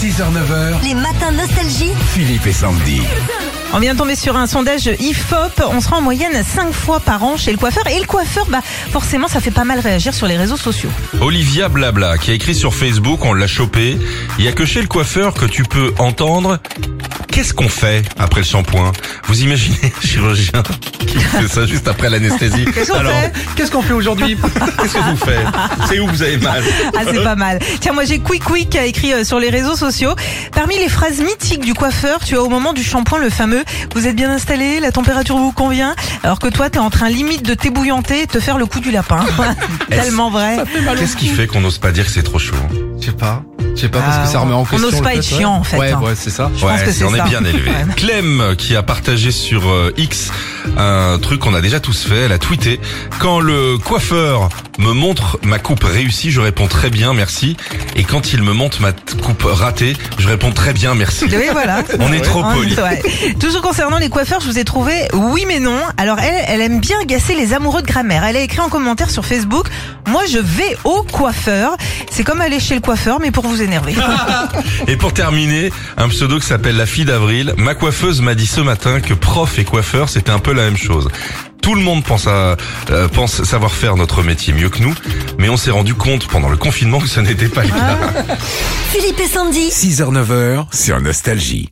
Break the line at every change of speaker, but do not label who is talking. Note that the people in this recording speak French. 6h-9h,
Les matins nostalgie.
Philippe et Sandy.
On vient de tomber sur un sondage IFOP. On sera en moyenne 5 fois par an chez le coiffeur. Et le coiffeur, bah, forcément, ça fait pas mal réagir sur les réseaux sociaux.
Olivia Blabla qui a écrit sur Facebook, on l'a chopé. Il y a que chez le coiffeur que tu peux entendre. Qu'est-ce qu'on fait après le shampoing Vous imaginez un chirurgien qui fait ça juste après l'anesthésie
Qu'est-ce qu'on
Alors,
fait
Qu'est-ce qu'on fait aujourd'hui
qu'est-ce que vous faites C'est où vous avez mal
Ah, c'est pas mal. Tiens, moi, j'ai Quick Quick qui a écrit euh, sur les réseaux sociaux. Parmi les phrases mythiques du coiffeur, tu as au moment du shampoing le fameux Vous êtes bien installé, la température vous convient. Alors que toi, t'es en train limite de t'ébouillanter et de te faire le coup du lapin. Tellement vrai.
Qu'est-ce qui fait qu'on n'ose pas dire que c'est trop chaud
Je sais pas. Je sais pas,
Ah,
parce que ça remet en
on
question.
n'ose
le
pas être
fait, ouais.
chiant, en fait,
Ouais,
hein.
ouais, c'est ça.
Je pense que c'est
on
ça.
est bien élevé.
Ouais.
Clem qui a partagé sur euh, X un truc qu'on a déjà tous fait, elle a tweeté quand le coiffeur me montre ma coupe réussie, je réponds très bien merci et quand il me montre ma t- coupe ratée, je réponds très bien merci.
Oui, voilà.
On est trop
On-
poli.
ouais. Toujours concernant les coiffeurs, je vous ai trouvé oui mais non. Alors elle, elle aime bien gasser les amoureux de grammaire. Elle a écrit en commentaire sur Facebook, moi je vais au coiffeur. C'est comme aller chez le coiffeur mais pour vous énerver.
Et pour terminer, un pseudo qui s'appelle la fille d'avril. Ma coiffeuse m'a dit ce matin que prof et coiffeur, c'était un peu la même chose. Tout le monde pense, à, euh, pense savoir faire notre métier mieux que nous, mais on s'est rendu compte pendant le
Ah.
confinement que ce n'était pas le cas.
Philippe et Sandy.
6h-9h sur Nostalgie.